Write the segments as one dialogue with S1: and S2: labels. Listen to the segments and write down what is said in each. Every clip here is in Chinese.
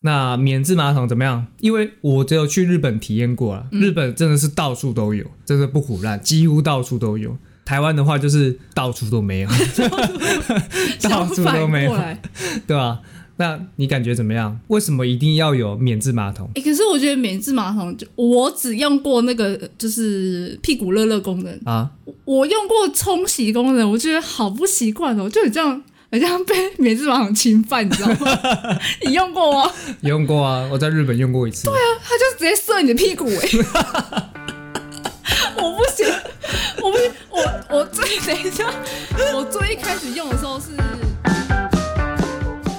S1: 那免治马桶怎么样？因为我只有去日本体验过
S2: 嗯
S1: 啊，日本真的是到处都有，真的不胡乱，几乎到处都有。台湾的话就是到处都 没有，到处都没
S2: 反
S1: 有
S2: 过，来。
S1: 对吧、那你感觉怎么样？为什么一定要有免治马桶？
S2: 哎、可是我觉得免治马桶，就我只用过那个就是屁股热热功能，
S1: 啊，
S2: 我用过冲洗功能，我觉得好不习惯哦，就很像很像被免治马桶侵犯，你知道吗？ 你用过吗？
S1: 用过啊，我在日本用过一次。对啊，
S2: 他就直接射你的屁股哎、 我不行，我不行，我我最等一下，我最一开始用的时候是，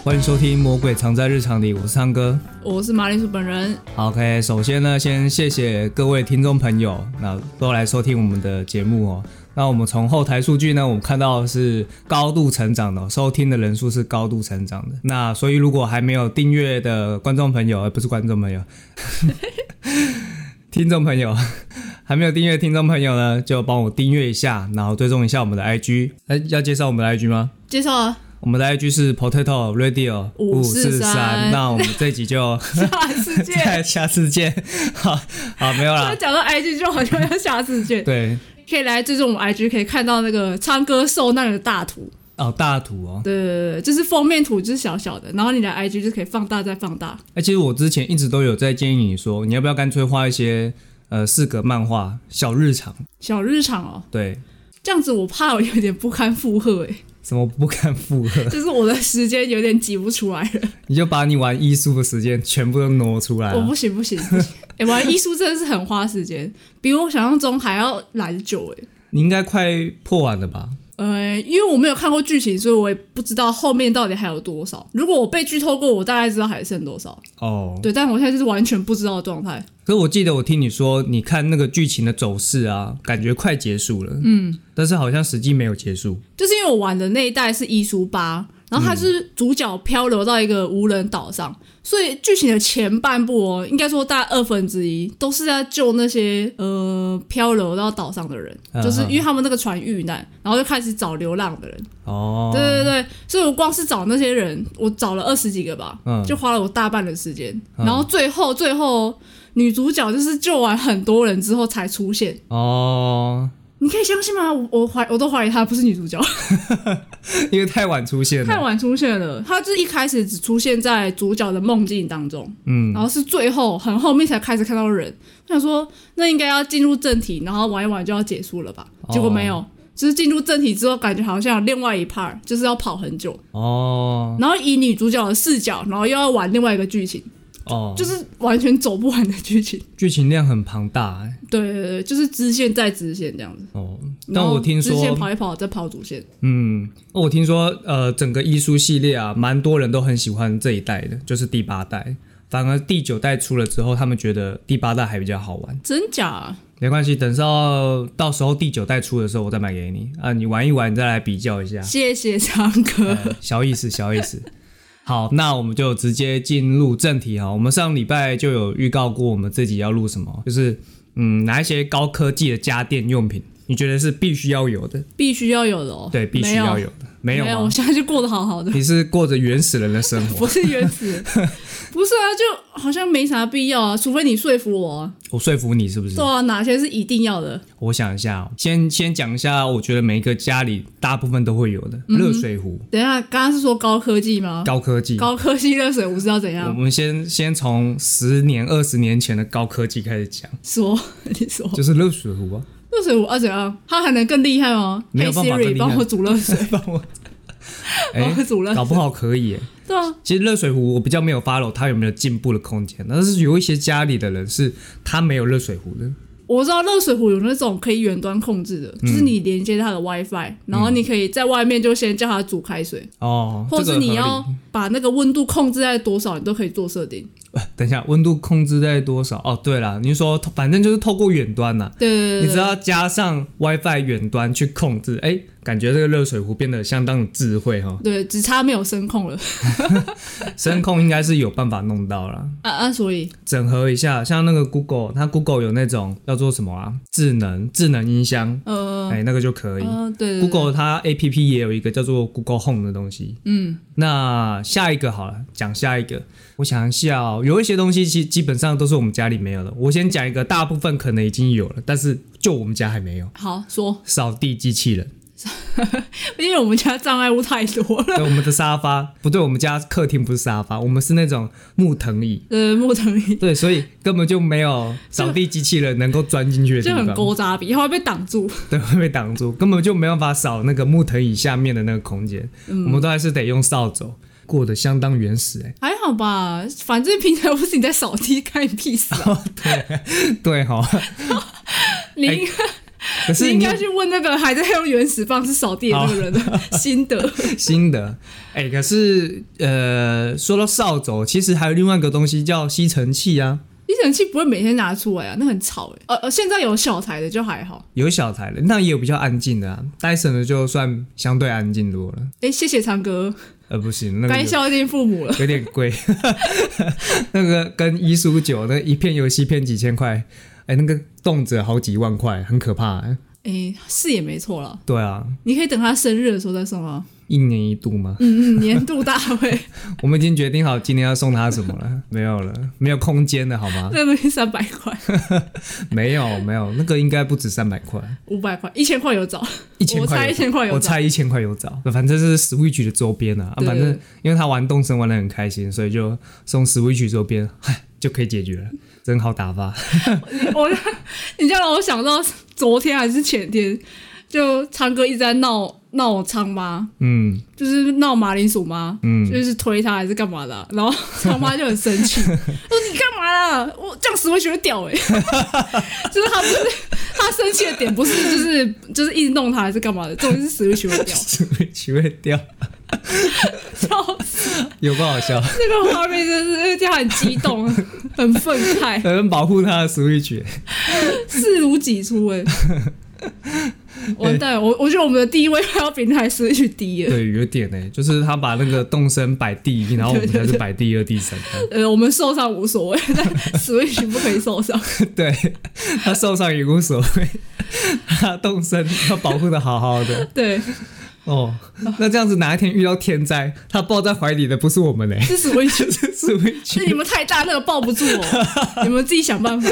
S1: 欢迎收听《魔鬼藏在日常里》，我是唱哥。
S2: 我是马铃薯本人，
S1: OK，首先呢，先谢谢各位听众朋友，那都来收听我们的节目哦。那我们从后台数据呢，我们看到是高度成长的哦、收听的人数是高度成长的。那所以如果还没有订阅的观众朋友，哎而不是观众朋友， 听众朋友，还没有订阅的听众朋友呢，就帮我订阅一下，然后追踪一下我们的 IG。哎，要介绍我们的 IG 吗？
S2: 介绍啊，
S1: 我们的 IG 是 Potato Radio
S2: 543
S1: 那我们这集就
S2: 下 世界，
S1: 在下次见。 好，好，没有
S2: 他
S1: 啦。
S2: 讲到 IG 就好像要下世界，
S1: 对，
S2: 可以来追踪我们 IG，可以看到那个昌哥受难的大图，
S1: 哦，大图哦。
S2: 对对对，就是封面图就是小小的，然后你的 IG 就可以放大再放大，
S1: 哎、其实我之前一直都有在建议你说，你要不要干脆画一些呃四格漫画小日常？
S2: 小日常哦，
S1: 对，
S2: 这样子我怕我有点不堪负荷哎、
S1: 什么不堪负荷，
S2: 就是我的时间有点挤不出来了。
S1: 你就把你玩艺术的时间全部都挪出来、
S2: 我
S1: 啊
S2: 不。行不行不行，哎、玩艺术真的是很花时间，比我想象中还要来得久哎、
S1: 你应该快破完了吧？
S2: 呃，因为我没有看过剧情，所以我也不知道后面到底还有多少。如果我被剧透过，我大概知道还剩多少。
S1: 哦，
S2: 对，但我现在就是完全不知道的状态。
S1: 可是我记得我听你说，你看那个剧情的走势啊，感觉快结束了，嗯，但是好像实际没有结束。
S2: 就是因为我玩的那一代是伊苏八，然后它是主角漂流到一个无人岛上，所以剧情的前半部哦，应该说大概二分之一都是在救那些呃漂流到岛上的人，
S1: 嗯
S2: 就是因为他们那个船遇难，然后就开始找流浪的人。
S1: 哦，
S2: 对对对，所以我光是找那些人，我找了二十几个吧，
S1: 嗯
S2: 就花了我大半的时间。
S1: 嗯
S2: 然后最后最后女主角就是救完很多人之后才出现，
S1: 哦，
S2: 你可以相信吗？我我怀我都怀疑她不是女主角。
S1: 因为太晚出现
S2: 太
S1: 了，
S2: 晚出现了，他就是一开始只出现在主角的梦境当中，
S1: 嗯，
S2: 然后是最后很后面才开始看到人。我想说，那应该要进入正题，然后玩一玩就要结束了吧？
S1: 哦
S2: 结果没有，就是进入正题之后，感觉好像有另外一 part 就是要跑很久，
S1: 哦
S2: 然后以女主角的视角，然后又要玩另外一个剧情，
S1: 哦，
S2: 就是是完全走不完的剧情。
S1: 剧情量很庞大、欸、
S2: 对对对，就是支线再支线这样子。
S1: 哦。
S2: 然
S1: 但
S2: 后
S1: 我听
S2: 支线
S1: 说，
S2: 跑一跑，再跑主线。
S1: 嗯，哦我听说，呃，整个医书系列啊，蛮多人都很喜欢这一代的，就是第八代。反而第九代出了之后，他们觉得第八代还比较好玩。
S2: 真假啊？
S1: 没关系，等到到时候第九代出的时候，我再买给你啊，你玩一玩，你再来比较一下。
S2: 谢谢昌哥。
S1: 呃 小意思，小意思。好，那我们就直接进入正题哈。我们上礼拜就有预告过，我们自己要录什么，就是嗯，哪一些高科技的家电用品，你觉得是必须要有的？
S2: 必须要有的哦，
S1: 对，必须要有的，没有
S2: 没有，
S1: 吗
S2: 我？现在就过得好 好的，
S1: 你是过着原始人的生活，
S2: 不 是原 始人，不是啊，就好像没啥必要啊，除非你说服我、啊，
S1: 我说服你是不是
S2: 对？啊，哪些是一定要的？
S1: 我想一下哦，先先讲一下，我觉得每一个家里大部分都会有的
S2: 嗯
S1: 热水壶，
S2: 等一下，刚刚是说高科技吗？
S1: 高科技。
S2: 高科技热水壶是要怎
S1: 我
S2: 样
S1: 们先先从十年、二十年前的高科技开始讲，
S2: 说？ 你说
S1: 就是热水壶啊。
S2: 热水壶要怎样？它还能更厉害吗？
S1: 没有
S2: Hey
S1: 办法更
S2: Siri，
S1: 厉害
S2: 帮我煮热水，
S1: 帮我， 哎、
S2: 帮我煮热
S1: 搞
S2: 水，
S1: 不好可以耶。
S2: 对啊，
S1: 其实热水壶我比较没有 follow 它有没有进步的空间，但是有一些家里的人是他没有热水壶的，
S2: 我知道热水壶有那种可以远端控制
S1: 嗯
S2: 的，就是你连接它的 WiFi，然后你可以在外面就先叫它煮开水，
S1: 哦，
S2: 或
S1: 这
S2: 是
S1: 个合
S2: 你
S1: 理
S2: 要把那个温度控制在多少，你都可以做设定。
S1: 呃 等一下温度控制在多少？哦，对了，您说反正就是透过远端呐、啊
S2: 对对对对，
S1: 你只要加上 WiFi 远端去控制，哎、感觉这个热水壶变得相当智慧哈、哦，
S2: 对，只差没有声控了
S1: 声控应该是有办法弄到啦。
S2: 啊啊！所以
S1: 整合一下，像那个 Google，它 Google 有那种叫做什么啊，智能智能音箱，
S2: 呃
S1: 哎，那个就可以。
S2: 呃，对对对
S1: Google 它 A P P 也有一个叫做 Google Home 的东西。
S2: 嗯，
S1: 那下一个好了，讲下一个。我想一下哦，有一些东西其基本上都是我们家里没有的。我先讲一个，大部分可能已经有了，但是就我们家还没有。
S2: 好说，
S1: 扫地机器 人，
S2: 因为我们家障碍物太多了。
S1: 对，我们的沙发不对，我们家客厅不是沙发，我们是那种木藤椅。
S2: 呃，木藤椅
S1: 对，所以根本就没 有扫地机器人能够钻进去的地
S2: 就
S1: 方，
S2: 很勾扎比，后来被挡住。
S1: 对，会被挡住，根本就没办法扫那个木藤椅下面的那个空间，
S2: 嗯
S1: 我们都还是得用扫帚，过得相当原始哎、
S2: 还好吧，反正平常不是你在扫地，看你屁
S1: 哎
S2: 事啊！
S1: 对哈、
S2: 你应该
S1: 可
S2: 你
S1: 是
S2: 应
S1: 哎你哦
S2: 该去问那个还在用原始棒式扫地的那个人的心得。
S1: 新的哎、可是呃，说到扫帚，其实还有另外一个东西叫吸尘器啊，
S2: 吸尘器不会每天拿出来啊，那很吵哎、欸。呃呃，现在有小台的就还好。
S1: 有小台的，那也有比较安静的啊，戴森的就算相对安静多了，
S2: 哎、谢谢长哥，
S1: 呃，不行，那个
S2: 该
S1: 有
S2: 孝敬父母了。
S1: 有点贵， 那个跟一书九那一片游戏片几千块，哎、那个动辄好几万块，很可怕、欸。
S2: 哎、是也没错了，
S1: 对啊，
S2: 你可以等他生日的时候再送啊。
S1: 一年一度吗？
S2: 嗯嗯，年度大会，
S1: 我们已经决定好今年要送他什么 了，没有了，没有空间了，好吗？
S2: 那东西三百块、
S1: 没有，没有，那个应该不止三百块，
S2: 五百块、一千块有找，
S1: 一千
S2: 我猜
S1: 块
S2: 一千块
S1: 有，我
S2: 有找。
S1: 猜一千块有找，反正是 Switch 的周边啊，啊
S2: 对
S1: 反正因为他玩动森玩的很开心，所以就送 Switch 周边，唉，就可以解决了，真好打 发。
S2: 我，你这样让我想到昨天还是前天，就昌哥一直在闹闹我昌妈，
S1: 嗯
S2: 就是闹马铃薯妈，
S1: 嗯，
S2: 就是推他还是干嘛的啊、然后昌妈就很生 气，说你干嘛啦？我这样死会学屌哎、欸， 就是他不是他生气的点不是就是就是一直弄他还是干嘛的，重点是死会学屌，
S1: Switch 会掉，
S2: 然后
S1: 有不好笑？
S2: 那个画面真是让他很激动，很愤慨，
S1: 有人保护他的 Switch，
S2: 视如己出 哎、完
S1: 欸
S2: 蛋了，我我觉得我们的地位要比台失去 低了。
S1: 对，有点呢、就是他把那个动森摆第一，然后我们才是摆第二、第三。
S2: 呃，我们受伤无所谓， 但 Switch 不可以 受伤。
S1: 对他受伤也无所谓，他动身要保护的好好的
S2: 对，
S1: 哦。那这样子哪一天遇到天灾，他抱在怀里的不是我们嘞、
S2: 是 Switch，
S1: 是是会
S2: 是你们太大，那个抱不 住我，你们自己想办法。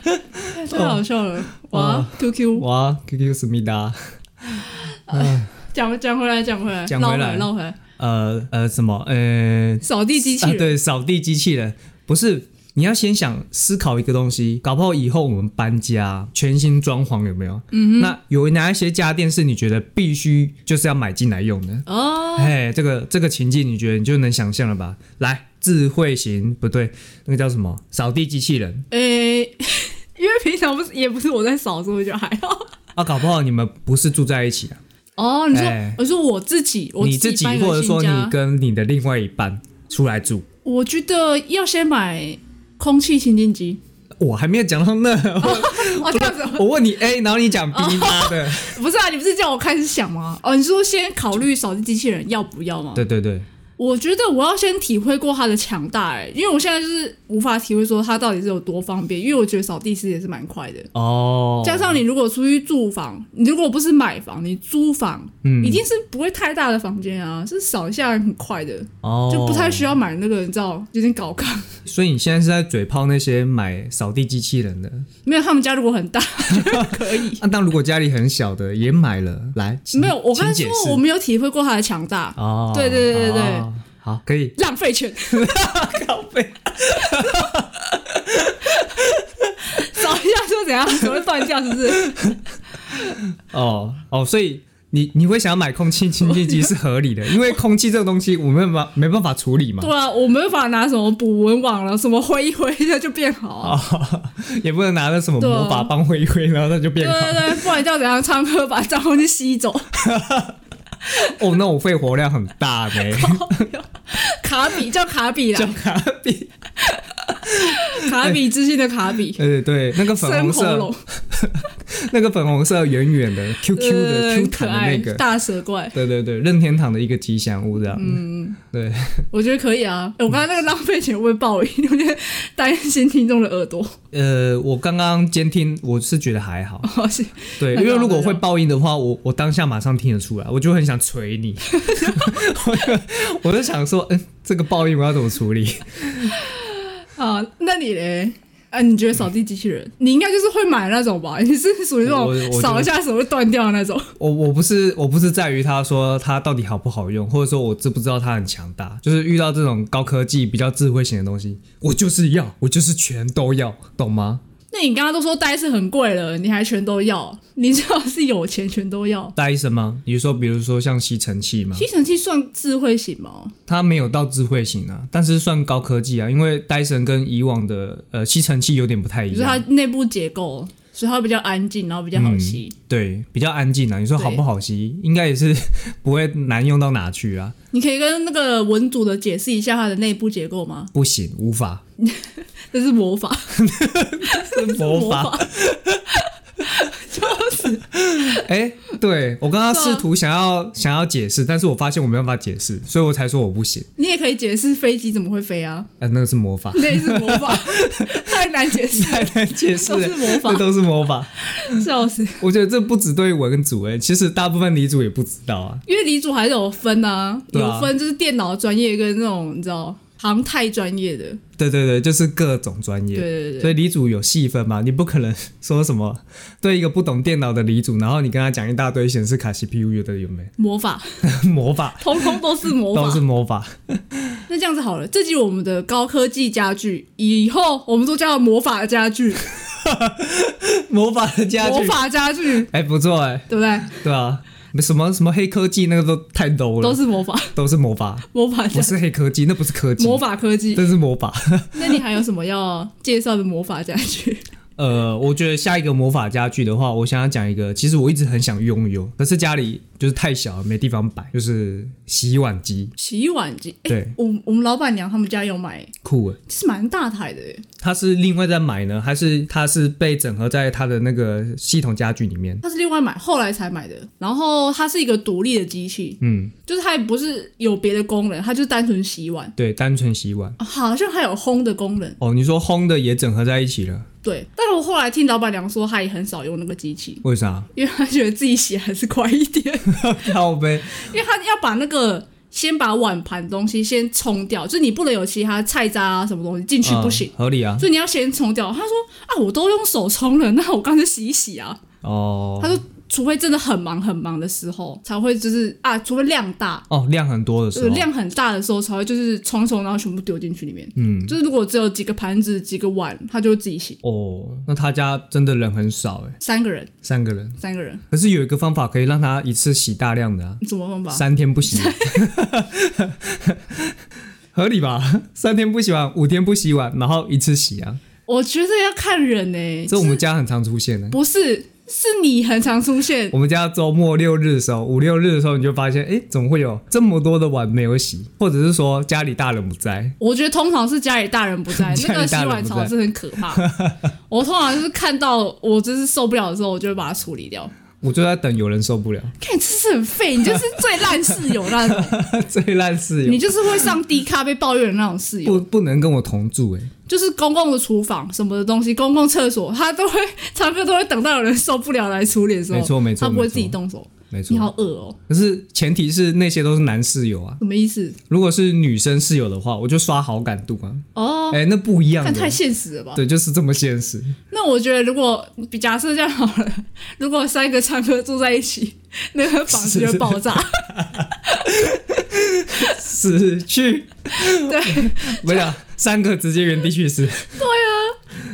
S2: 哎太好笑了，哇
S1: 哦
S2: ！QQ
S1: 哇，QQ 思密达，
S2: 讲讲回来，讲回来，
S1: 讲回来
S2: 绕绕回来，
S1: 呃呃什么呃
S2: 扫地机器
S1: 啊
S2: 人，
S1: 对扫地机器人不是。你要先想思考一个东西，搞不好以后我们搬家，全新装潢有没有？嗯，那有哪一些家电是你觉得必须就是要买进来用的？
S2: 哦，
S1: 哎，这个这个情境，你觉得你就能想象了吧？来，智慧型不对，那个叫什么？扫地机器人
S2: 诶， 因为平常不是也不是我在扫，所以就还好。
S1: 啊，搞不好你们不是住在一起啊，
S2: 哦，你说
S1: 哎，
S2: 我说我自己，我
S1: 你自己
S2: 搬一个
S1: 或者说
S2: 新
S1: 你
S2: 家
S1: 跟你的另外一半出来住。
S2: 我觉得要先买空气清净机。
S1: 我还没有讲到那，我
S2: 哦，这样子
S1: 我问你 A，然后你讲 B，妈的，
S2: 不是啊？你不是叫我开始想吗？哦，你说先考虑扫地机器人要不要吗？
S1: 对对对，
S2: 我觉得我要先体会过它的强大、欸，因为我现在就是无法体会说它到底是有多方便，因为我觉得扫地其实也是蛮快的。
S1: 哦，
S2: 加上你如果出去住房，你如果不是买房，你租房，
S1: 嗯
S2: 一定是不会太大的房间啊，是扫一下很快的，
S1: 哦，
S2: 就不太需要买那个，你知道，有点搞杠。
S1: 所以你现在是在嘴炮那些买扫地机器人的，
S2: 没有，他们家如果很大，就可以。
S1: 啊，但如果家里很小的也买了，来，请
S2: 没有，我刚才
S1: 请解
S2: 说
S1: 释
S2: 我没有体会过它的强大，
S1: 哦，
S2: 对对对对对
S1: 哦，好，可 以，
S2: 浪费钱，
S1: 靠背。
S2: 扫一下就怎样，怎么会断掉？是 不是？
S1: 哦哦，所以你你会想要买空气清净机是合理 的，因为空气这个东西我们没办法没办法处理嘛，
S2: 对啊，我没办法拿什么捕蚊网了，什么挥一挥一下就变好啊。
S1: 哦，也不能拿那什么
S2: 对啊
S1: 魔法棒挥一挥，然后它就
S2: 对
S1: 变好。
S2: 对对，不然叫怎样？唱歌把脏东西吸 走，
S1: 哦，那我肺活量很大呢，
S2: 卡比叫卡比
S1: 叫
S2: 啦，
S1: 卡比。
S2: 卡比之心的卡比，
S1: 对对对，那个粉
S2: 生
S1: 红
S2: 喉
S1: 色
S2: 咙，
S1: 那个粉红色圆圆的 QQ 的
S2: 呃
S1: Q
S2: 很可
S1: 弹的
S2: 爱
S1: 那个，
S2: 大蛇怪，
S1: 对对对，任天堂的一个吉祥物这样。
S2: 嗯，
S1: 对，
S2: 我觉得可以 啊。诶我刚才那个浪费钱会不会爆音？有点担心听众的耳朵。
S1: 呃，我刚刚监听，我是觉得还好，
S2: 哦，是
S1: 对，
S2: 那
S1: 因
S2: 就
S1: 为如果
S2: 那就
S1: 会爆音的话，我我当下马上听得出来，我就很想捶你， 我就我就想说，嗯，这个爆音我要怎么处理？
S2: 啊，那你嘞？啊，你觉得扫地机器人，你应该就是会买那种吧？你是属于那
S1: 我我觉
S2: 种
S1: 得
S2: 扫一下手会断掉的那种。
S1: 我我不是我不是在于他说他到底好不好用，或者说我知不知道他很强大，就是遇到这种高科技比较智慧型的东西，我就是要，我就是全都要，懂吗？
S2: 那你刚刚都说呆是很贵了，你还全都要？你知道是有钱全都要？
S1: 戴森吗？你说比如说像吸尘器吗？
S2: 吸尘器算智慧型吗？
S1: 它没有到智慧型啊，但是算高科技啊，因为戴森跟以往的呃吸尘器有点不太
S2: 就
S1: 一
S2: 是它
S1: 样，
S2: 内部结构，所以它比较安静，然后比较好吸。
S1: 对，比较安静啊。你说好不好吸，应该也是 不会难用到哪去啊。
S2: 你可以跟那个文组的解释一下它的内部结构吗？
S1: 不行，无法，
S2: 这是 魔法，
S1: 是魔法。
S2: 法就是
S1: 哎、对我刚刚
S2: 是啊
S1: 试图想要想要解释，但是我发现我没办法解释，所以我才说我不行。
S2: 你也可以解释飞机怎么会飞啊，，
S1: 呃，那个是魔法
S2: 那也是魔法，太难解释了，
S1: 太难解释
S2: 都是
S1: 了，
S2: 魔
S1: 这
S2: 法，
S1: 都是魔法。
S2: 笑死！
S1: 我觉得这不只对文组哎、其实大部分女主也不知道啊。
S2: 因为李主还是有分啊，
S1: 对啊
S2: 有分就是电脑专业跟那种你知道航太专业的，
S1: 对对对，就是各种专业。
S2: 对对对
S1: 所以李主有细分嘛，你不可能说什么对一个不懂电脑的李主，然后你跟他讲一大堆显示卡 CPU 的有没
S2: 魔法，
S1: 有魔法，
S2: 通通都是魔
S1: 都
S2: 法
S1: 是。魔法。
S2: 那这样子好了，这集我们的高科技家具，以后我们都叫魔法家具，
S1: 魔法的家
S2: 魔
S1: 具，
S2: 法家具，
S1: 哎、不错哎、
S2: 对不对？
S1: 对啊，什么什么黑科技那个都太 low 了，
S2: 都是魔法，
S1: 都是魔法，
S2: 魔法
S1: 不
S2: 家，
S1: 是黑科技，那不是科技，
S2: 魔法科技。
S1: 这是魔法。
S2: 那你还有什么要介绍的魔法家具？
S1: 呃，我觉得下一个魔法家具的话，我想要讲一个，其实我一直很想拥有，可是家里就是太小了，没地方摆，就是 洗碗机，
S2: 洗碗机，哎、
S1: 对
S2: 我我们老板娘他们家有买，
S1: 酷欸诶。
S2: 是蛮大台的耶，
S1: 它是另外在买呢，还是它是被整合在它的那个系统家具里面？
S2: 她是另外买，后来才买的。然后它是一个独立的机器，
S1: 嗯，
S2: 就是它也不是有别的功能，它就单纯洗碗，
S1: 对，单纯洗碗。
S2: 好像还有烘的功能。
S1: 哦，你说烘的也整合在一起了，
S2: 对，但是我后来听老板娘说，她也很少用那个机器，
S1: 为啥？
S2: 因为她觉得自己洗还是快一点，
S1: 靠呗。
S2: 因为她要把那个。先把碗盘东西先冲掉，就是你不能有其他菜渣啊什么东西进去不行
S1: 嗯，合理啊。
S2: 所以你要先冲掉。他说啊，我都用手冲了，那我干脆洗一洗啊。
S1: 哦
S2: 他，说，除非真的很忙很忙的时候，才会就是啊，除非量大，
S1: 哦，量很多的
S2: 就
S1: 时
S2: 是
S1: 候，
S2: 量很大的时候才会就是冲一冲，然后全部丢进去里面。
S1: 嗯，
S2: 就是如果只有几个盘子、几个碗，他就会自己洗。
S1: 哦，那他家真的人很少哎，
S2: 三个人，
S1: 三个人。
S2: 三个人，
S1: 可是有一个方法可以让他一次洗大量的啊，
S2: 什么方法？
S1: 三天不洗， 合理吧？三天不洗碗，五天不洗碗，然后一次洗啊，
S2: 我觉得要看人呢、
S1: 这我们家很常出现的。
S2: 不是，是你很常出现。
S1: 我们家周末六日的时候，五六日的时候，你就发现，哎，怎么会有这么多的碗没有洗？或者是说家里大人不在，
S2: 我觉得通常是家里大人不 在，
S1: 家
S2: 那
S1: 里
S2: 个洗
S1: 大人
S2: 碗
S1: 不
S2: 槽
S1: 在
S2: 真的很可 怕。我通常就是看到我真是受不了的时候，我就会把它处理掉。
S1: 我就在等有人受不了，
S2: 看，你真是很废，你就是最烂室友那种，
S1: 最烂室
S2: 你
S1: 友，
S2: 就是会上低咖被抱怨的那种室友
S1: 不。不能跟我同住哎、
S2: 就是公共的厨房什么的东西，公共厕所，他都会常哥都会等到有人受不了来处理的时候，
S1: 没错没错
S2: 他不会
S1: 没错
S2: 自己动手。
S1: 没
S2: 你好
S1: 错。
S2: 恶哦，
S1: 可是前提是那些都是男室友啊，
S2: 什么意思？
S1: 如果是女生室友的话，我就刷好感度啊，
S2: 哦，
S1: 哎、那不一样
S2: 看太
S1: 的，
S2: 现实了吧？
S1: 对，就是这么现实。
S2: 那我觉得，如果假设这样好了，如果三个唱歌住在一起， 那个房子就会爆炸。
S1: 死去。 对，没有三个直接原地去死。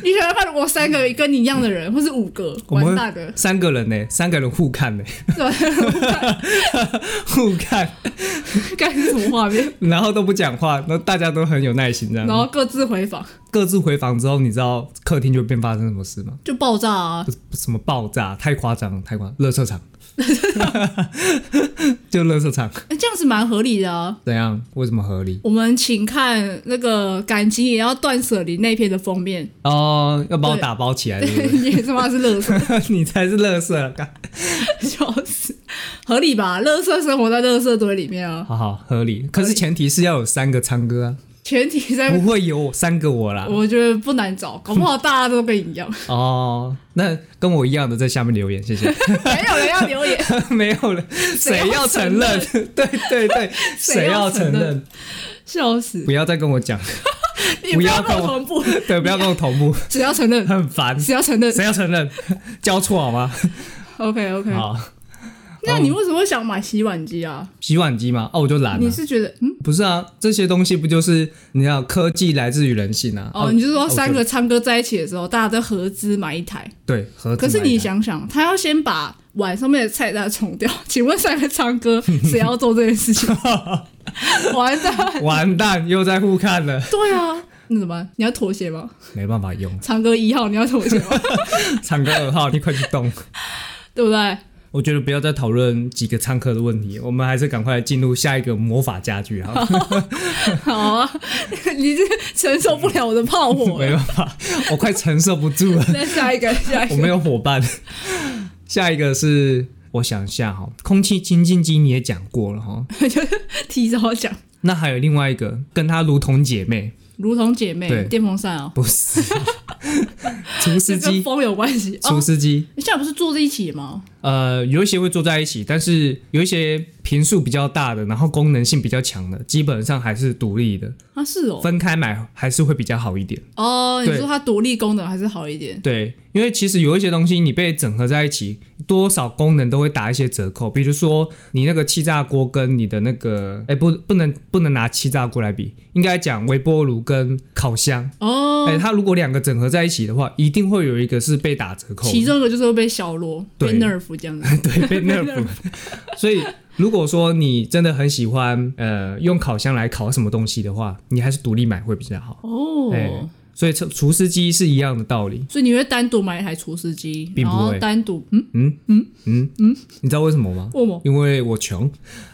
S2: 你想想看，如果三个跟你一样的人，或是五个，
S1: 我们会
S2: 完蛋了，
S1: 三个人呢、三个人互看呢、
S2: 对，
S1: 互看，
S2: 该是什么画面？
S1: 然后都不讲话，那大家都很有耐心这样。
S2: 然后各自回房
S1: 各自回房之后，你知道客厅就变发生什么事吗？
S2: 就爆炸啊！
S1: 什么爆炸，太夸张了，太夸张，乐色场。 就垃圾场
S2: 哎这样子蛮合理的啊。
S1: 怎样？为什么合理？
S2: 我们请看那个感情也要断舍离那篇的封面，
S1: 哦，要把我打包起来，对不
S2: 你也他妈是乐色，
S1: 对？你才是垃圾，啊干
S2: 笑死，合理吧？乐色生活在乐色堆里面啊，
S1: 好好合理。可是前提是要有三个唱歌啊，
S2: 前提在
S1: 不会有我三个我啦。
S2: 我觉得不难找，搞不好大家都跟你 一样，
S1: 哦，那跟我一样的在下面留言，谢 谢。
S2: 没有人要留言。
S1: 没有了，谁要承认？ 对对对，谁
S2: 谁
S1: 要
S2: 要
S1: 承
S2: 承认
S1: 认？
S2: 笑死！
S1: 不要再跟我讲，
S2: 你
S1: 不
S2: 不
S1: 要
S2: 要
S1: 跟
S2: 跟
S1: 我
S2: 我同步，
S1: 对，不要跟我同步，
S2: 只要承 认，
S1: 很烦。
S2: 只要承 认。
S1: 谁要承认？交错好吗？
S2: OK OK。
S1: 好，
S2: 那你为什么会想买洗碗机啊？
S1: 洗碗机嘛，哦，我就懒
S2: 你
S1: 了。
S2: 是觉得嗯
S1: 不是啊，这些东西不就是你要科技来自于人性啊？
S2: 哦，你就是说三个唱歌在一起的时候，大家都合资买一台。
S1: 对，合资
S2: 可是
S1: 买的
S2: 你，想想，他要先把碗上面的菜单冲掉， 请问三个唱 歌谁要做这件事情？完 蛋！
S1: 完蛋，又在互看了，
S2: 对啊，那怎么办？你要妥协吗？
S1: 没办法用。
S2: 唱歌一号你要妥 协吗？
S1: 唱歌二号，你快去动。
S2: 对不对？
S1: 我觉得不要再讨论几个唱歌的问题，我们还是赶快进入下一个魔法家具好了。
S2: 好啊， 你这承受不了我的炮火
S1: 没
S2: 了。
S1: 办法，我快承受不住 了，
S2: 那下一个，下一
S1: 我
S2: 个。
S1: 没有伙伴。下一个是我想一下哈，空气清净机你也讲过了哈，
S2: 提早讲，
S1: 那还有另外一个跟它如同姐妹，
S2: 如同姐
S1: 对
S2: 妹，电风扇哦，
S1: 不是 厨
S2: 这
S1: 师
S2: 跟
S1: 机，
S2: 风有关系
S1: 厨
S2: 哦。
S1: 师机，
S2: 现在不是坐在一起吗？
S1: 呃，有一些会坐在一起，但是有一些频数比较大的，然后功能性比较强的，基本上还是独立的，
S2: 啊，是哦，
S1: 分开买还是会比较好一点。
S2: 哦，你
S1: 对
S2: 说它独立功能还是好一点，
S1: 对，因为其实有一些东西你被整合在一起，多少功能都会打一些折扣。比如说你那个气炸锅跟你的那个，哎，不，不能不能拿气炸锅来比，应该讲微波炉跟烤箱。
S2: 哦，
S1: 哎，它如果两个整合在一起的话，一定会有一个是被打折扣
S2: 其
S1: 的，
S2: 中一个就是会被削弱，
S1: 对
S2: 被 nerf 这样子，
S1: 对， 被 nerf。所以如果说你真的很喜欢呃用烤箱来烤什么东西的话，你还是独立买会比较好。哎
S2: 哦，
S1: 所以厨厨师机是一样的道理。
S2: 所以你会单独买一台厨师机，
S1: 并
S2: 然
S1: 不会
S2: 后单独，嗯，
S1: 你知道为什么吗？
S2: 为什么？
S1: 因为我穷，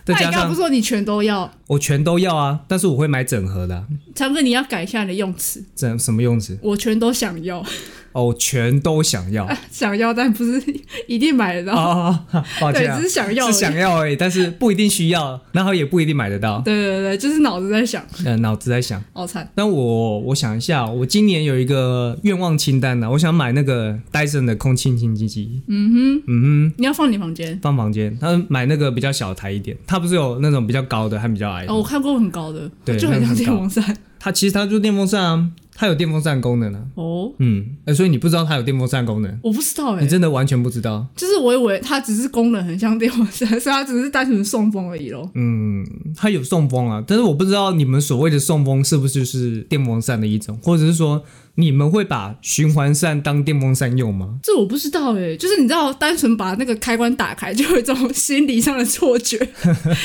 S1: 再
S2: 哦那你
S1: 加
S2: 刚刚
S1: 上
S2: 不是说你全都要？
S1: 我全都要啊，但是我会买整合的啊、
S2: 强哥，你要改一下你的用词，
S1: 整什么用词？
S2: 我全都想要，
S1: 哦，我全都想要
S2: 想要，但不是 一定买得到，
S1: 啊！抱
S2: 对
S1: 歉、，啊
S2: 只，是想要而已，
S1: 是想要而已，但是不一定需要，然后也不一定买得到。
S2: 对对对，就是脑子在想，
S1: 嗯，脑子在想。
S2: 好惨，
S1: 那我我想一下，我今年有一个愿望清单呢、啊我想买那个戴森的空气清净机，嗯
S2: 你要放你房间。
S1: 放房间。他买那个比较小台一点，它不是有那种比较高的，还比较矮的。
S2: 哦，我看过很高的，
S1: 对
S2: 就
S1: 那
S2: 很像
S1: 个很
S2: 电
S1: 高
S2: 风扇。
S1: 它其实它就是电风扇啊，它有电风扇功能啊。
S2: 哦，
S1: 嗯，呃所以你不知道它有电风扇功能，
S2: 我不知道哎、
S1: 你真的完全不知道。
S2: 就是我以为它只是功能很像电风扇，所以它只是单纯送风而已咯。
S1: 嗯它有送风啊，但是我不知道你们所谓的送风是不是就是电风扇的一种，或者是说你们会把循环扇当电风扇用吗？
S2: 这我不知道哎、就是你知道，单纯把那个开关打开，就有一种心理上的错 觉，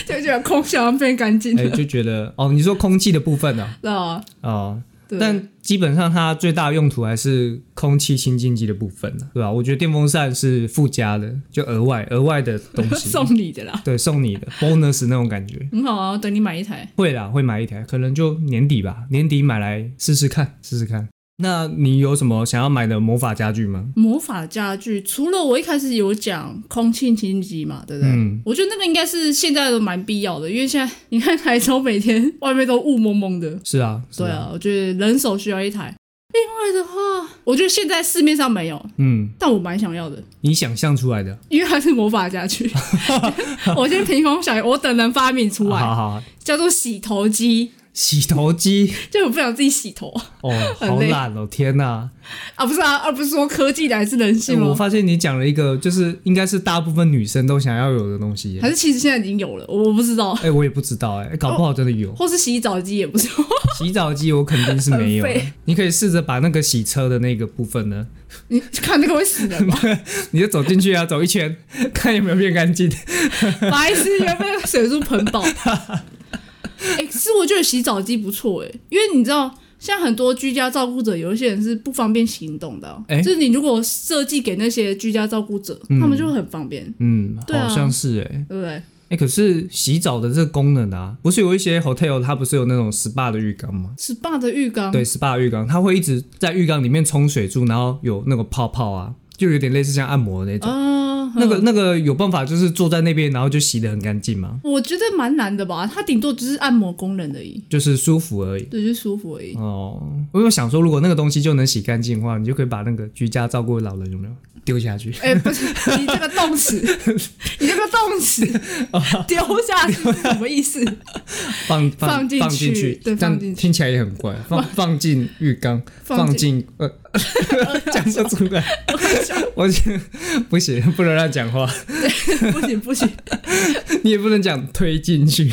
S2: 就觉得空气好像变干净
S1: 哎、
S2: 了，
S1: 就觉得哦，你说空气的部分呢、
S2: 知道吗？
S1: 啊？哦，
S2: 对，
S1: 但基本上它最大的用途还是空气清净机的部分啊对吧、我觉得电风扇是附加的，就额外额外的东西，
S2: 送你的啦，
S1: 对，送你的 bonus 那种感觉。
S2: 很好啊，等你买一台。
S1: 会啦，会买一台，可能就年底吧，年底买来试试看，试试看。那你有什么想要买的魔法家具吗？
S2: 魔法家具，除了我一开始有讲空气清机嘛，对不对？
S1: 嗯
S2: 我觉得那个应该是现在都蛮必要的，因为现在你看台中每天外面都雾蒙蒙的，
S1: 是啊，是
S2: 对啊，我觉得人手需要一台。另外的话，我觉得现在市面上没有，
S1: 嗯，
S2: 但我蛮想要 的，
S1: 你想象出来的。
S2: 因为它是魔法家 具。我先凭空想，我等人发明出来，
S1: 好好，
S2: 叫做洗头机，
S1: 洗头 机
S2: 就我不想自己洗头
S1: 哦，好
S2: 很累
S1: 懒哦，天哪！
S2: 啊，不是啊，而不是说科技来自人性
S1: 欸我
S2: 吗？
S1: 发现你讲了一个，就是应该是大部分女生都想要有的东西耶。
S2: 还是其实现在已经有了，我我不知道，
S1: 哎、我也不知道哎、欸搞不好真的有、
S2: 或是洗澡机也不是。
S1: 洗澡机，我肯定是没有
S2: 很废。
S1: 你可以试着把那个洗车的那个部分呢，
S2: 你看那个会死人吗？
S1: 你就走进去啊，走一圈， 看有没有变干净。
S2: 白痴，原被 水柱喷爆。哎、可是我觉得洗澡机不错哎、因为你知道像很多居家照顾者，有一些人是不方便行动的哦、
S1: 哎
S2: 就是你如果设计给那些居家照顾者，
S1: 嗯
S2: 他们就会很方便，
S1: 嗯，
S2: 对啊
S1: 好像是哎、
S2: 对不对？
S1: 哎、可是洗澡的这个功能啊，不是有一些 hotel 它不是有那种 SPA 的浴缸吗？
S2: SPA 的浴缸，
S1: 对，SPA 浴缸，它会一直在浴缸里面冲水柱，然后有那个泡泡啊，就有点类似像按摩的那种。
S2: 嗯，
S1: 那个那个有办法，就是坐在那边，然后就洗得很干净吗？
S2: 我觉得蛮难的吧，它顶多只是按摩功能而已，
S1: 就是舒服而已。
S2: 对，就是舒服而已。
S1: 哦，我有想说，如果那个东西就能洗干净的话，你就可以把那个居家照顾的老人有没有丢下 去？
S2: 哎、不是你这个动词，你这个动词
S1: 哦
S2: 丢下去是什么意思？
S1: 放
S2: 放进
S1: 进
S2: 去
S1: 去，
S2: 对
S1: 这样
S2: 放进去
S1: 听起来也很怪。放放进浴缸，
S2: 放
S1: 放进呃， 讲不出来，我觉得不行，不能乱讲话，
S2: 不行不行，
S1: 你也不能讲推进 去，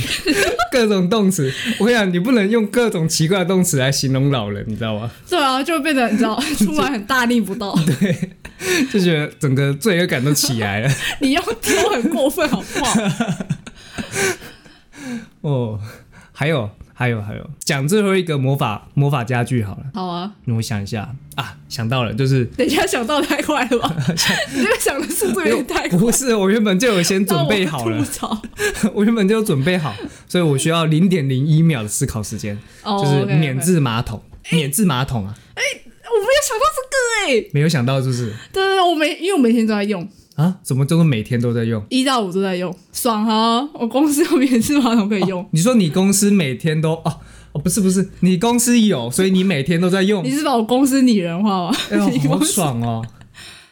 S1: 各种动词。我跟你讲，你不能用各种奇怪的动词来形容老人，你知道吗？
S2: 对啊，就变得你 知道，突然很大逆不道。
S1: 就觉得整个罪恶感都起来了。
S2: 你用丢很过分好不好？
S1: 哦，还有还有还有，讲最后一个魔法魔法家具好了，
S2: 好啊，
S1: 让我想一下啊，想到了，就是
S2: 等一下想到太快 了吧？你这个想的速度有点太快。
S1: 不是我原本就有先准备好
S2: 让我
S1: 了
S2: 吐，槽
S1: 我原本就有准备好，所以我需要零点零一秒的思考时间，
S2: 哦
S1: 就是
S2: ，OK，OK
S1: 免治马桶，免治马桶啊，
S2: 我没有想到这个哎、
S1: 没有想到是不是
S2: 对对对，我每因为我每天都在用，
S1: 啊？怎么就是每天都在用？
S2: 一到五都在用，爽哈、我公司有免治马桶可以用，
S1: 哦你说你公司每天都哦哦不是不是，你公司有，所以你每天都在用
S2: 你，是把我公司拟人化吗？
S1: 哎呦
S2: 你
S1: 好
S2: 公司
S1: 爽哦！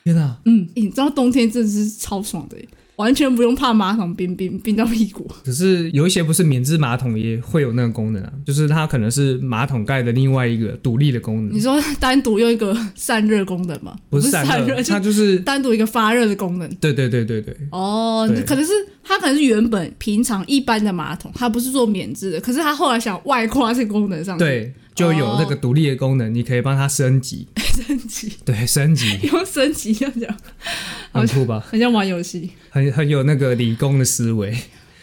S1: 天哪、
S2: 嗯，欸你知道冬天真的是超爽的欸，完全不用怕马桶冰冰冰到屁股。
S1: 可是有一些不是免治马桶也会有那个功能啊，就是它可能是马桶盖的另外一个独立的功能
S2: 你，说单独用一个散热功能吗？
S1: 不
S2: 是
S1: 是散热，
S2: 就
S1: 它就是
S2: 单独一个发热的功能。
S1: 对对对对对，
S2: 哦，
S1: 对
S2: 可能是它可能是原本平常一般的马桶，它不是做免治的，可是它后来想外挂这个功能上去，
S1: 对，就有那个独立的功能，你可以帮它升级，
S2: 升级，
S1: 对，升级
S2: 用升级这样讲，好
S1: 很酷吧，
S2: 很像玩游 戏。
S1: 很很有那个理工的思维。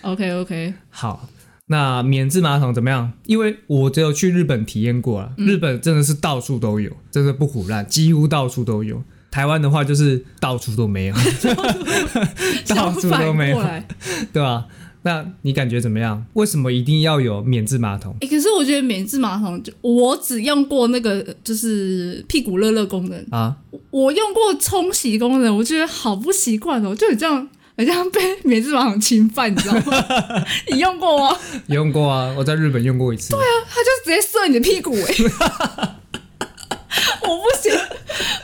S2: OK OK，
S1: 好，那免治马桶怎么样？因为我只有去日本体验过啊，
S2: 嗯
S1: 日本真的是到处都有，真的不胡乱，几乎到处都有。台湾的话就是到处都 没有， 到处
S2: 相
S1: 都
S2: 反
S1: 没有
S2: 过。来。欸
S1: 对啊，那你感觉怎么样？为什么一定要有免治马桶
S2: 哎、可是我觉得免治马桶，就我只用过那个就是屁股热热功能，
S1: 啊？
S2: 我用过冲洗功能，我觉得好不习惯哦，就很像很像被免治马桶侵犯，你知道吗？ 你用过吗？
S1: 用过啊，我在日本用过一次。对啊，
S2: 它就直接射你的屁股哎、 我不行，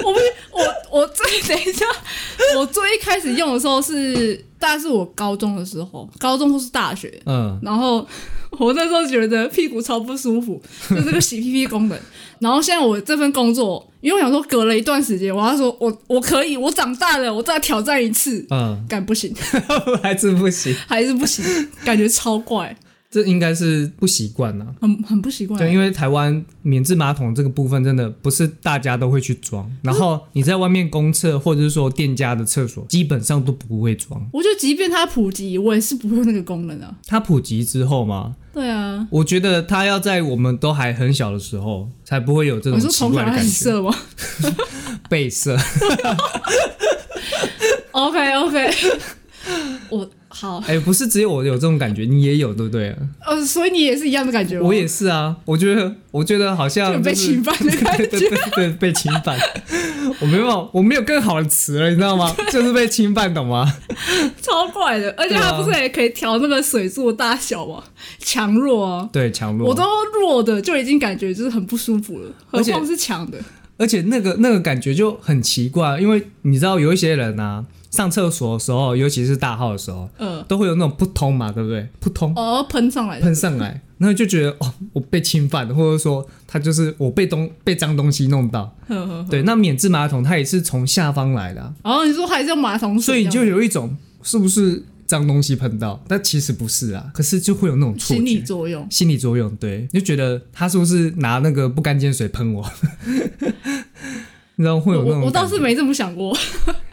S2: 我不行，我我最等一下，我最一开始用的时候是大概是我高中的时候，高中或是大学，
S1: 嗯，
S2: 然后我那时候觉得屁股超不舒服，就这个洗屁屁功能。 然后现在我这份工作，因为我想说隔了一段时间，我要说我我可以，我长大了，我再挑战一次，
S1: 嗯，
S2: 感不行，
S1: 还是不行，
S2: 还是不行，感觉超怪，
S1: 这应该是不习惯啊。
S2: 很很不习惯。
S1: 对，因为台湾免治马桶这个部分真的不是大家都会去装，然后你在外面公厕或者是说店家的厕所，基本上都不会装。
S2: 我觉得即便它普及，我也是不会用那个功能啊。
S1: 它普及之后嘛，
S2: 对啊，
S1: 我觉得它要在我们都还很小的时候，才不会有这
S2: 我
S1: 种
S2: 说
S1: 奇
S2: 从小
S1: 怪的
S2: 开
S1: 感
S2: 始
S1: 觉。
S2: 设吗
S1: 被射，
S2: ？OK OK，我好，
S1: 哎、不是只有我有这种感觉，你也有对不对？
S2: 呃，所以你也是一样的感觉吗？
S1: 我也是啊，我觉得，我觉得好像、
S2: 就被
S1: 就是
S2: 侵犯的 感
S1: 对对
S2: 觉。
S1: 对对，被侵犯。 我没有，我没有更好的词了，你知道 吗？就是被侵犯，懂吗？
S2: 超怪的，而且它
S1: 啊
S2: 不是也可以调那个水柱的大小吗？强弱啊，
S1: 对，强弱。
S2: 我都弱的就已经感觉就是很不舒服了，何
S1: 而且
S2: 况是强的。
S1: 而且那个那个感觉就很奇怪，因为你知道有一些人啊，上厕所的时候，尤其是大号的时候，
S2: 嗯，
S1: 都会有那种扑通嘛，对不对？扑通
S2: 哦，喷上来的，
S1: 喷上来，然后就觉得哦，我被侵犯了，或者说他就是我被东被脏东西弄到。
S2: 呵呵。
S1: 对，那免治马桶它也是从下方来的啊、
S2: 然后你说还是用马桶水，
S1: 所以你就有一种是不是脏东西喷到？但其实不是啊，可是就会有那种错
S2: 心理
S1: 觉。
S2: 作用。
S1: 心理作用，对，你就觉得他是不是拿那个不干净的水喷我？ 然后会
S2: 我
S1: 有那种
S2: 我我
S1: 感
S2: 倒
S1: 觉
S2: 是没这么想过，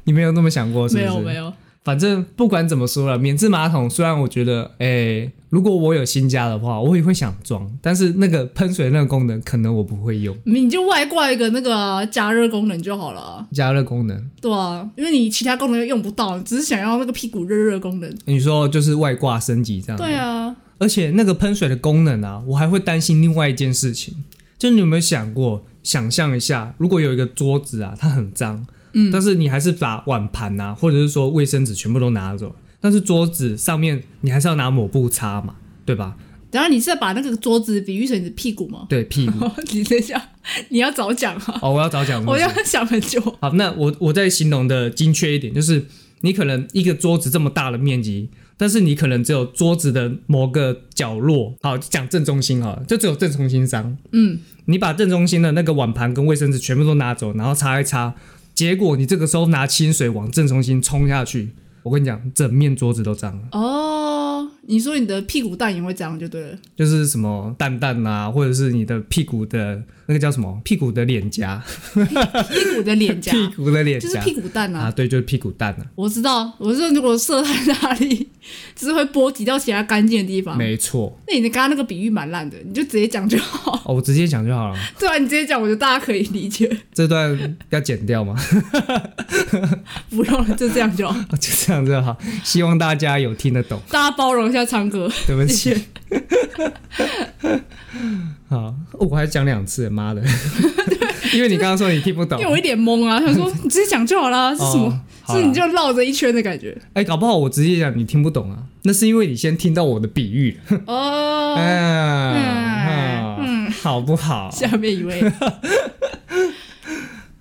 S1: 你没有那么想过，是不
S2: 没
S1: 是？
S2: 有没有。
S1: 反正不管怎么说了，免治马桶虽然我觉得，哎、如果我有新家的话，我也会想装，但是那个喷水那个功能可能我不会用，
S2: 你就外挂一个那个啊加热功能就好了啊，
S1: 加热功能。
S2: 对啊，因为你其他功能又用不到，你只是想要那个屁股热热功能。
S1: 你说就是外挂升级这样，
S2: 对啊，
S1: 而且那个喷水的功能啊，我还会担心另外一件事情，就你有没有想过，想象一下，如果有一个桌子啊，它很脏，嗯，但是你还是把碗盘啊，或者是说卫生纸全部都拿走，但是桌子上面你还是要拿抹布擦嘛，对吧？
S2: 然后你是在把那个桌子比喻成你的屁股吗？
S1: 对，屁股。
S2: 你等一下，你要早讲啊，
S1: 哦，我要早讲，
S2: 我要想很久。
S1: 好，那我我再形容的精确一点，就是你可能一个桌子这么大的面积，但是你可能只有桌子的某个角落，好讲正中心好了，就只有正中心脏。嗯，你把正中心的那个碗盘跟卫生纸全部都拿走，然后擦一擦，结果你这个时候拿清水往正中心冲下去，我跟你讲，整面桌子都脏了，
S2: 哦，你说你的屁股蛋也会这样就对了。
S1: 就是什么蛋蛋啊，或者是你的屁股的那个叫什么屁股的脸颊，
S2: 屁股的脸颊，
S1: 屁股的脸
S2: 就是
S1: 颊
S2: 屁股蛋啊。
S1: 啊，对，就是屁股蛋啊，
S2: 我知道，我是如果射在哪里，只会波及到其他干净的地方。
S1: 没错。
S2: 那你的刚刚那个比喻蛮烂的，你就直接讲就好。
S1: 哦，我直接讲就好了。
S2: 对啊，你直接讲，我觉得大家可以理解，
S1: 这段要剪掉吗？
S2: 不用了，就这样就好。
S1: 就这样子好，希望大家有听得懂，
S2: 大家包容一下昌哥，
S1: 对不
S2: 谢
S1: 起
S2: 谢。。
S1: 好、哦我还讲两次，妈的！ 因为你刚刚说你听不懂
S2: 因为，我一脸 懵啊，想说你直接讲就好啦，是什么
S1: 哦？好啦
S2: 是你就绕着一圈 的感觉
S1: 哎、搞不好我直接讲你听不懂啊，那是因为你先听到我的比喻，
S2: 哦。
S1: 啊
S2: 嗯
S1: 好不好？
S2: 下面一位，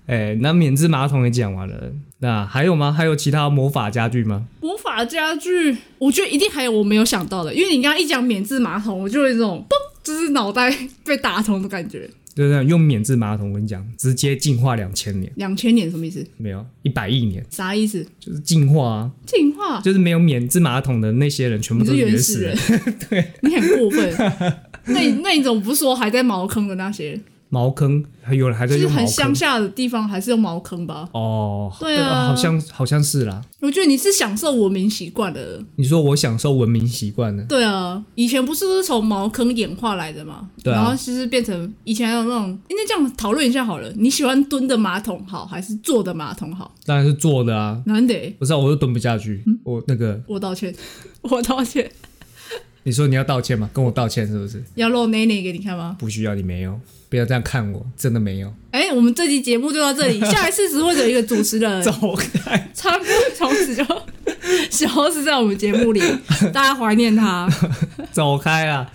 S1: 哎、那免治马桶也讲完了，那还有吗？还有其他魔法家具吗？
S2: 魔法家具，我觉得一定还有我没有想到的，因为你刚刚一讲免治马桶，我就有一种嘣，就是脑袋被打通的感觉。
S1: 就是那种用免治马桶，我跟你讲，直接进化两千年，
S2: 两千年什么意思？
S1: 没有一百亿年，
S2: 啥意思？
S1: 就是进化啊。
S2: 进化？
S1: 就是没有免治马桶的那些人，全部
S2: 你
S1: 都
S2: 是
S1: 是
S2: 原
S1: 始
S2: 始人， 对，你很过分。那你那你怎么不说还在茅坑的那些？
S1: 茅坑，还有人还在
S2: 就是
S1: 用茅
S2: 很乡
S1: 坑。
S2: 下的地方还是用茅坑吧？
S1: 哦，
S2: 对啊
S1: 好像好像是啦。
S2: 我觉得你是享受文明习惯的。
S1: 你说我享受文明习惯呢？
S2: 对啊，以前不是都是从茅坑演化来的嘛？
S1: 对啊
S2: 然后其实变成以前还有那种，应该这样讨论一下好了，你喜欢蹲的马桶好还是坐的马桶好？
S1: 当然是坐的啊，
S2: 难得，
S1: 不是、啊、我又蹲不下去。
S2: 嗯
S1: 我那个，
S2: 我道歉， 我道歉。
S1: 你说你要道歉吗？跟我道歉是不是？
S2: 要露内内给你看吗？
S1: 不需要，你没有，不要这样看我，真的没有。
S2: 哎、我们这期节目就到 这里，下一次只会有一个主持人，
S1: 走开，
S2: 差不多从此就消失在我们节目 里，大家怀念他。
S1: 走开啊！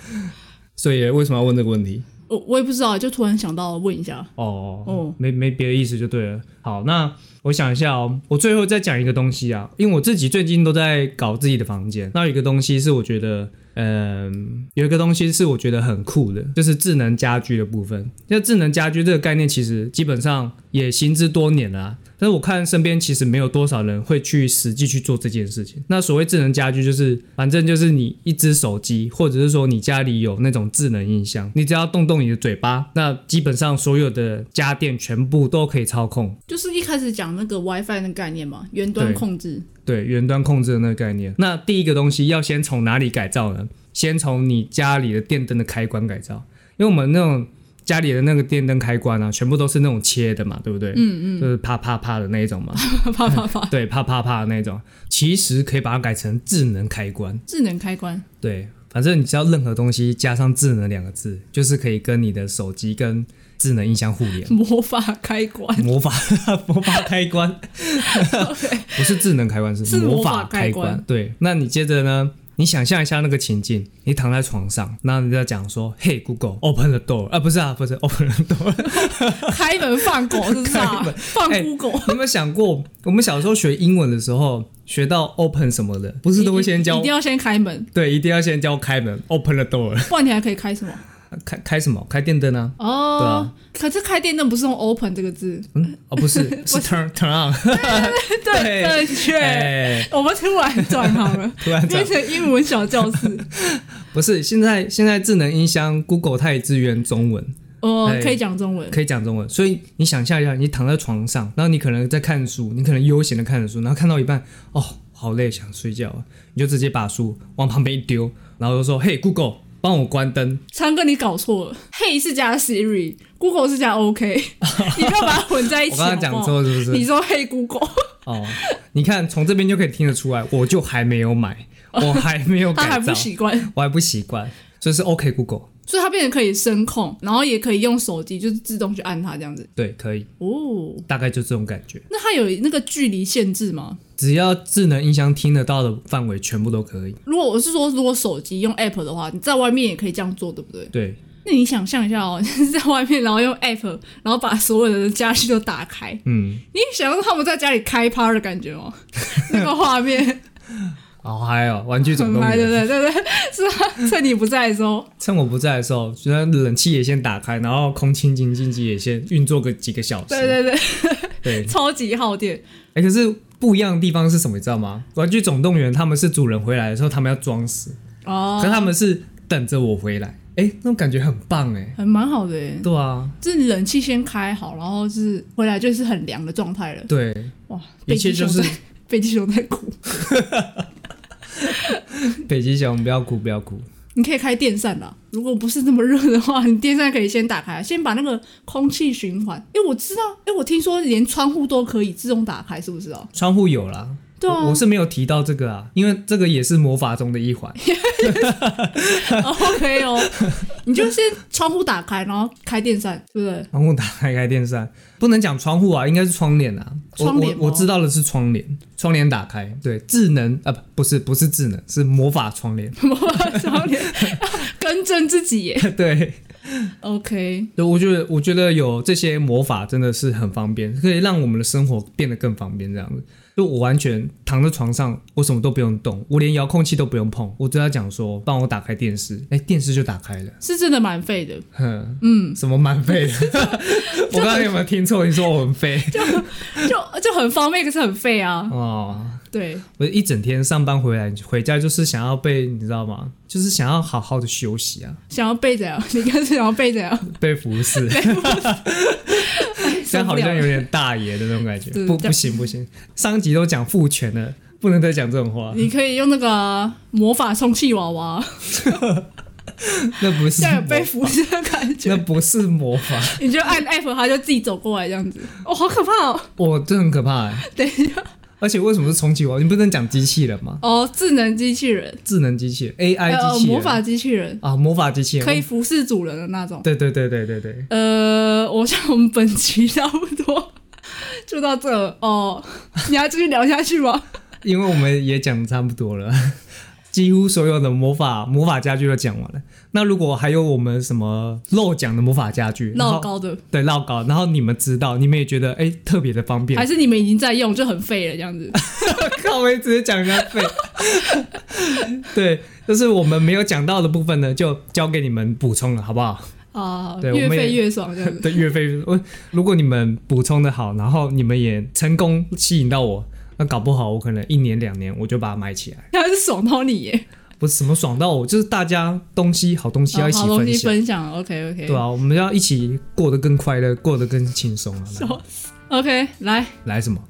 S1: 所以为什么要问这个问题？
S2: 我我也不知道，就突然想到问一下。
S1: 哦，
S2: 哦
S1: 没没别的意思就对了。好，那我想一下哦，我最后再讲一个东西啊，因为我自己最近都在搞自己的房间，那有一个东西是我觉得，嗯、有一个东西是我觉得很酷的，就是智能家居的部分。那智能家居这个概念其实基本上也行之多年了啊、但是我看身边其实没有多少人会去实际去做这件事情。那所谓智能家居，就是反正就是你一只手机，或者是说你家里有那种智能音箱，你只要动动你的嘴巴，那基本上所有的家电全部都可以操控。
S2: 就是一开始讲那个 WiFi 的概念嘛，远端
S1: 对
S2: 控制。
S1: 对，远端控制的那个概念。那第一个东西要先从哪里改造呢？先从你家里的电灯的开关改造，因为我们那种家里的那个电灯开关啊，全部都是那种切的嘛，对不对？嗯嗯，就是啪啪啪的那一种嘛。
S2: 啪啪啪啪，
S1: 对，啪啪啪的那种，其实可以把它改成智能开关。
S2: 智能开关。。
S1: 对，反正你知道任何东西加上“智能”两个字，就是可以跟你的手机跟智能音箱互联
S2: 魔法开 关，
S1: 魔法魔法开关不是智能开关，
S2: 是
S1: 是
S2: 魔
S1: 魔
S2: 法
S1: 法开
S2: 开
S1: 关
S2: 关。
S1: 对，那你接着呢？你想象一下那个情境，你躺在床上，那你在讲说：“Hey Google，open the door。”啊，不是啊，不是 open the door。
S2: 开门放狗是不是啊
S1: 开门？
S2: 放
S1: 哎
S2: Google，
S1: 你有没有想过，我们小时候学英文的时候，学到 open 什么的，不是都会先教
S2: 一定要先开门，
S1: 对，一定要先教开门，open the door。
S2: 不然你还可以开什么？
S1: 开开什么？开电灯啊？对
S2: 哦
S1: 啊，
S2: 可是开电灯不是用 open 这个字，
S1: 嗯，哦，不是， 是 turn turn on。
S2: 对，正确。
S1: 哎，
S2: 我们突然转 行了，
S1: 突然
S2: 变
S1: 讲，
S2: 成英文小教室。
S1: 不是，现在现在智能音箱，Google 它也支援中文，
S2: 哦，
S1: 哎
S2: 可以讲中文，
S1: 可以讲中文。所以你想象一下，你躺在床上，然后你可能在看书，你可能悠闲的看着书，然后看到一半，哦，好累，想睡觉了，你就直接把书往旁边一丢，然后就说：“ 嘿，Google，帮我关灯。
S2: 昌哥，你搞错了，Hey 是加 Siri，Google 是加 OK，你不要把它混在一”起。
S1: 我刚刚
S2: 好
S1: 讲
S2: 不好
S1: 错是不
S2: 你
S1: 是？
S2: 说 Hey Google，
S1: 哦，你看从这边就可以听得出来，我就还没有买，我还没有
S2: 他还
S1: 改
S2: 不
S1: 造，
S2: 习惯，
S1: 我还不习惯，就是 OK Google，
S2: 所以他变成可以声控，然后也可以用手机就是自动去按它这样子。
S1: 对，可以，
S2: 哦，
S1: 大概就这种感觉。
S2: 那它有那个距离限制吗？
S1: 只要智能音箱听得到的范围，全部都可以。
S2: 如果我是说，如果手机用 App 的话，你在外面也可以这样做，对不对？
S1: 对，
S2: 那你想象一下哦， 你在外面，然后用 App，然后把所有人的家具都打开，
S1: 嗯，
S2: 你想象他们在家里开趴的感觉吗？哦 那个 画面
S1: 好嗨哦！玩具总
S2: 很
S1: 动
S2: 嗨，对不
S1: 员，
S2: 对？对不对？是啊，趁你不在的时候，
S1: 趁我不在的时候，虽然冷气也先打开，然后空气清净机也先运作个几个小时。
S2: 对对对，
S1: 对
S2: 超级耗电。
S1: 哎、可是不一样的地方是什么？你知道吗？玩具总动员他们是主人回来的时候，他们要装死，可
S2: 哦，
S1: 是他们是等着我回来。哎、那种感觉很棒哎、
S2: 还蛮好的耶，
S1: 对啊，
S2: 就是冷气先开好，然后是回来就是很凉的状态了。
S1: 对，
S2: 哇，
S1: 一
S2: 北
S1: 切
S2: 极
S1: 就是
S2: 熊在北极熊在哭，
S1: 北极熊，不要哭，不要哭。
S2: 你可以开电扇啦。如果不是那么热的话，你电扇可以先打开，先把那个空气循环。因为我知道，因为我听说连窗户都可以自动打开，是不是哦？
S1: 窗户有啦，
S2: 对啊
S1: 我我是没有提到这个啊，因为这个也是魔法中的一环。
S2: OK 哦，你就先窗户打开，然后开电扇，对不对？
S1: 窗户打开开电扇，不能讲窗户啊，应该是窗帘啊。我
S2: 窗帘吗
S1: 我我知道的是窗帘，窗帘打开，对，智能啊，不不是不是智能，是魔法窗帘。
S2: 我把窗帘更正自己耶。
S1: 对，
S2: OK，
S1: 对，我觉得我觉得有这些魔法真的是很方便，可以让我们的生活变得更方便。这样子，就我完全躺在床上，我什么都不用动，我连遥控器都不用碰，我对他讲说帮我打开电视，哎，电视就打开了。
S2: 是真的蛮废的，
S1: 哼，嗯，什么蛮费 的？我刚刚有没有听错？你说我很废
S2: 就就很方便，可是很废啊。
S1: 哦？
S2: 对，
S1: 我一整天上班回来回家，就是想要被你知道吗？就是想要好好的休息啊，
S2: 想要背着呀，你刚才想要背着呀，
S1: 被服 侍，这样好像有点大爷的那种感觉。
S2: 是
S1: 不，
S2: 这
S1: 不
S2: 样
S1: 行不行，上集都讲父权了，不能再讲这种话，
S2: 你可以用那个啊魔法充气娃娃，
S1: 那不是
S2: 这样有被
S1: 魔，
S2: 服侍的感
S1: 那
S2: 觉。
S1: 不是魔法，
S2: 你就
S1: 嗯
S2: 按 F，它就自己走过来这样子，哦，好可怕哦！
S1: 我这很可怕、欸。
S2: 等一下，
S1: 而且为什么是重启我？你不能讲机器人吗？
S2: 哦，智能机器人，
S1: 智能机器人
S2: 还
S1: ，AI 机
S2: 有
S1: 器人，
S2: 呃魔法机器人，
S1: 啊，魔法机器人
S2: 可以。服侍主人的那种。
S1: 对对对对对对，
S2: 呃，我想我们本期差不多就到这了哦。你要继续聊下去吗？
S1: 因为我们也讲得差不多了， 几乎所有的魔法魔法家具都讲完了。那如果还有我们什么漏讲的魔法家具，然
S2: 老
S1: 后
S2: 高的，
S1: 对绕稿，然后你们知道，你们也觉得哎、特别的方
S2: 还
S1: 便，
S2: 是你们已经在用就很废了这样子？
S1: 靠，我也直接讲人家废。 对，就是我们没有讲到的部分呢，就交给你们补充了，好不好？
S2: 啊，
S1: 对
S2: 越
S1: 我们也
S2: 废越爽这样子。
S1: 对，月费，我如果你们补充的好，然后你们也成功吸引到我，那搞不好我可能一年两年我就把它买起来。
S2: 他是爽到你耶，
S1: 不是什么爽到我，就是大家东西好东西要
S2: 哦好
S1: 一起
S2: 好东
S1: 分
S2: 西
S1: 享，
S2: 分享，OK OK，
S1: 对啊，我们要一起过得更快乐，过得更轻松啊。来
S2: o k 来
S1: 来什么？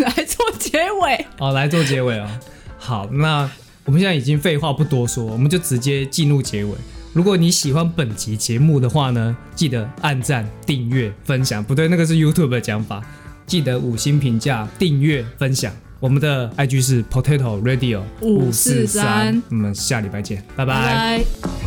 S2: 来做结尾，
S1: 哦，来做结尾哦。好，那我们现在已经废话不多说，我们就直接进入结尾。如果你喜欢本集节目的话呢，记得按赞、订阅、分享。不对，那个是 YouTube 的讲法。记得五星评价、订阅、分享。我们的 IG 是 Potato Radio
S2: 543
S1: 我们下礼拜见，拜
S2: 拜
S1: 拜
S2: 拜。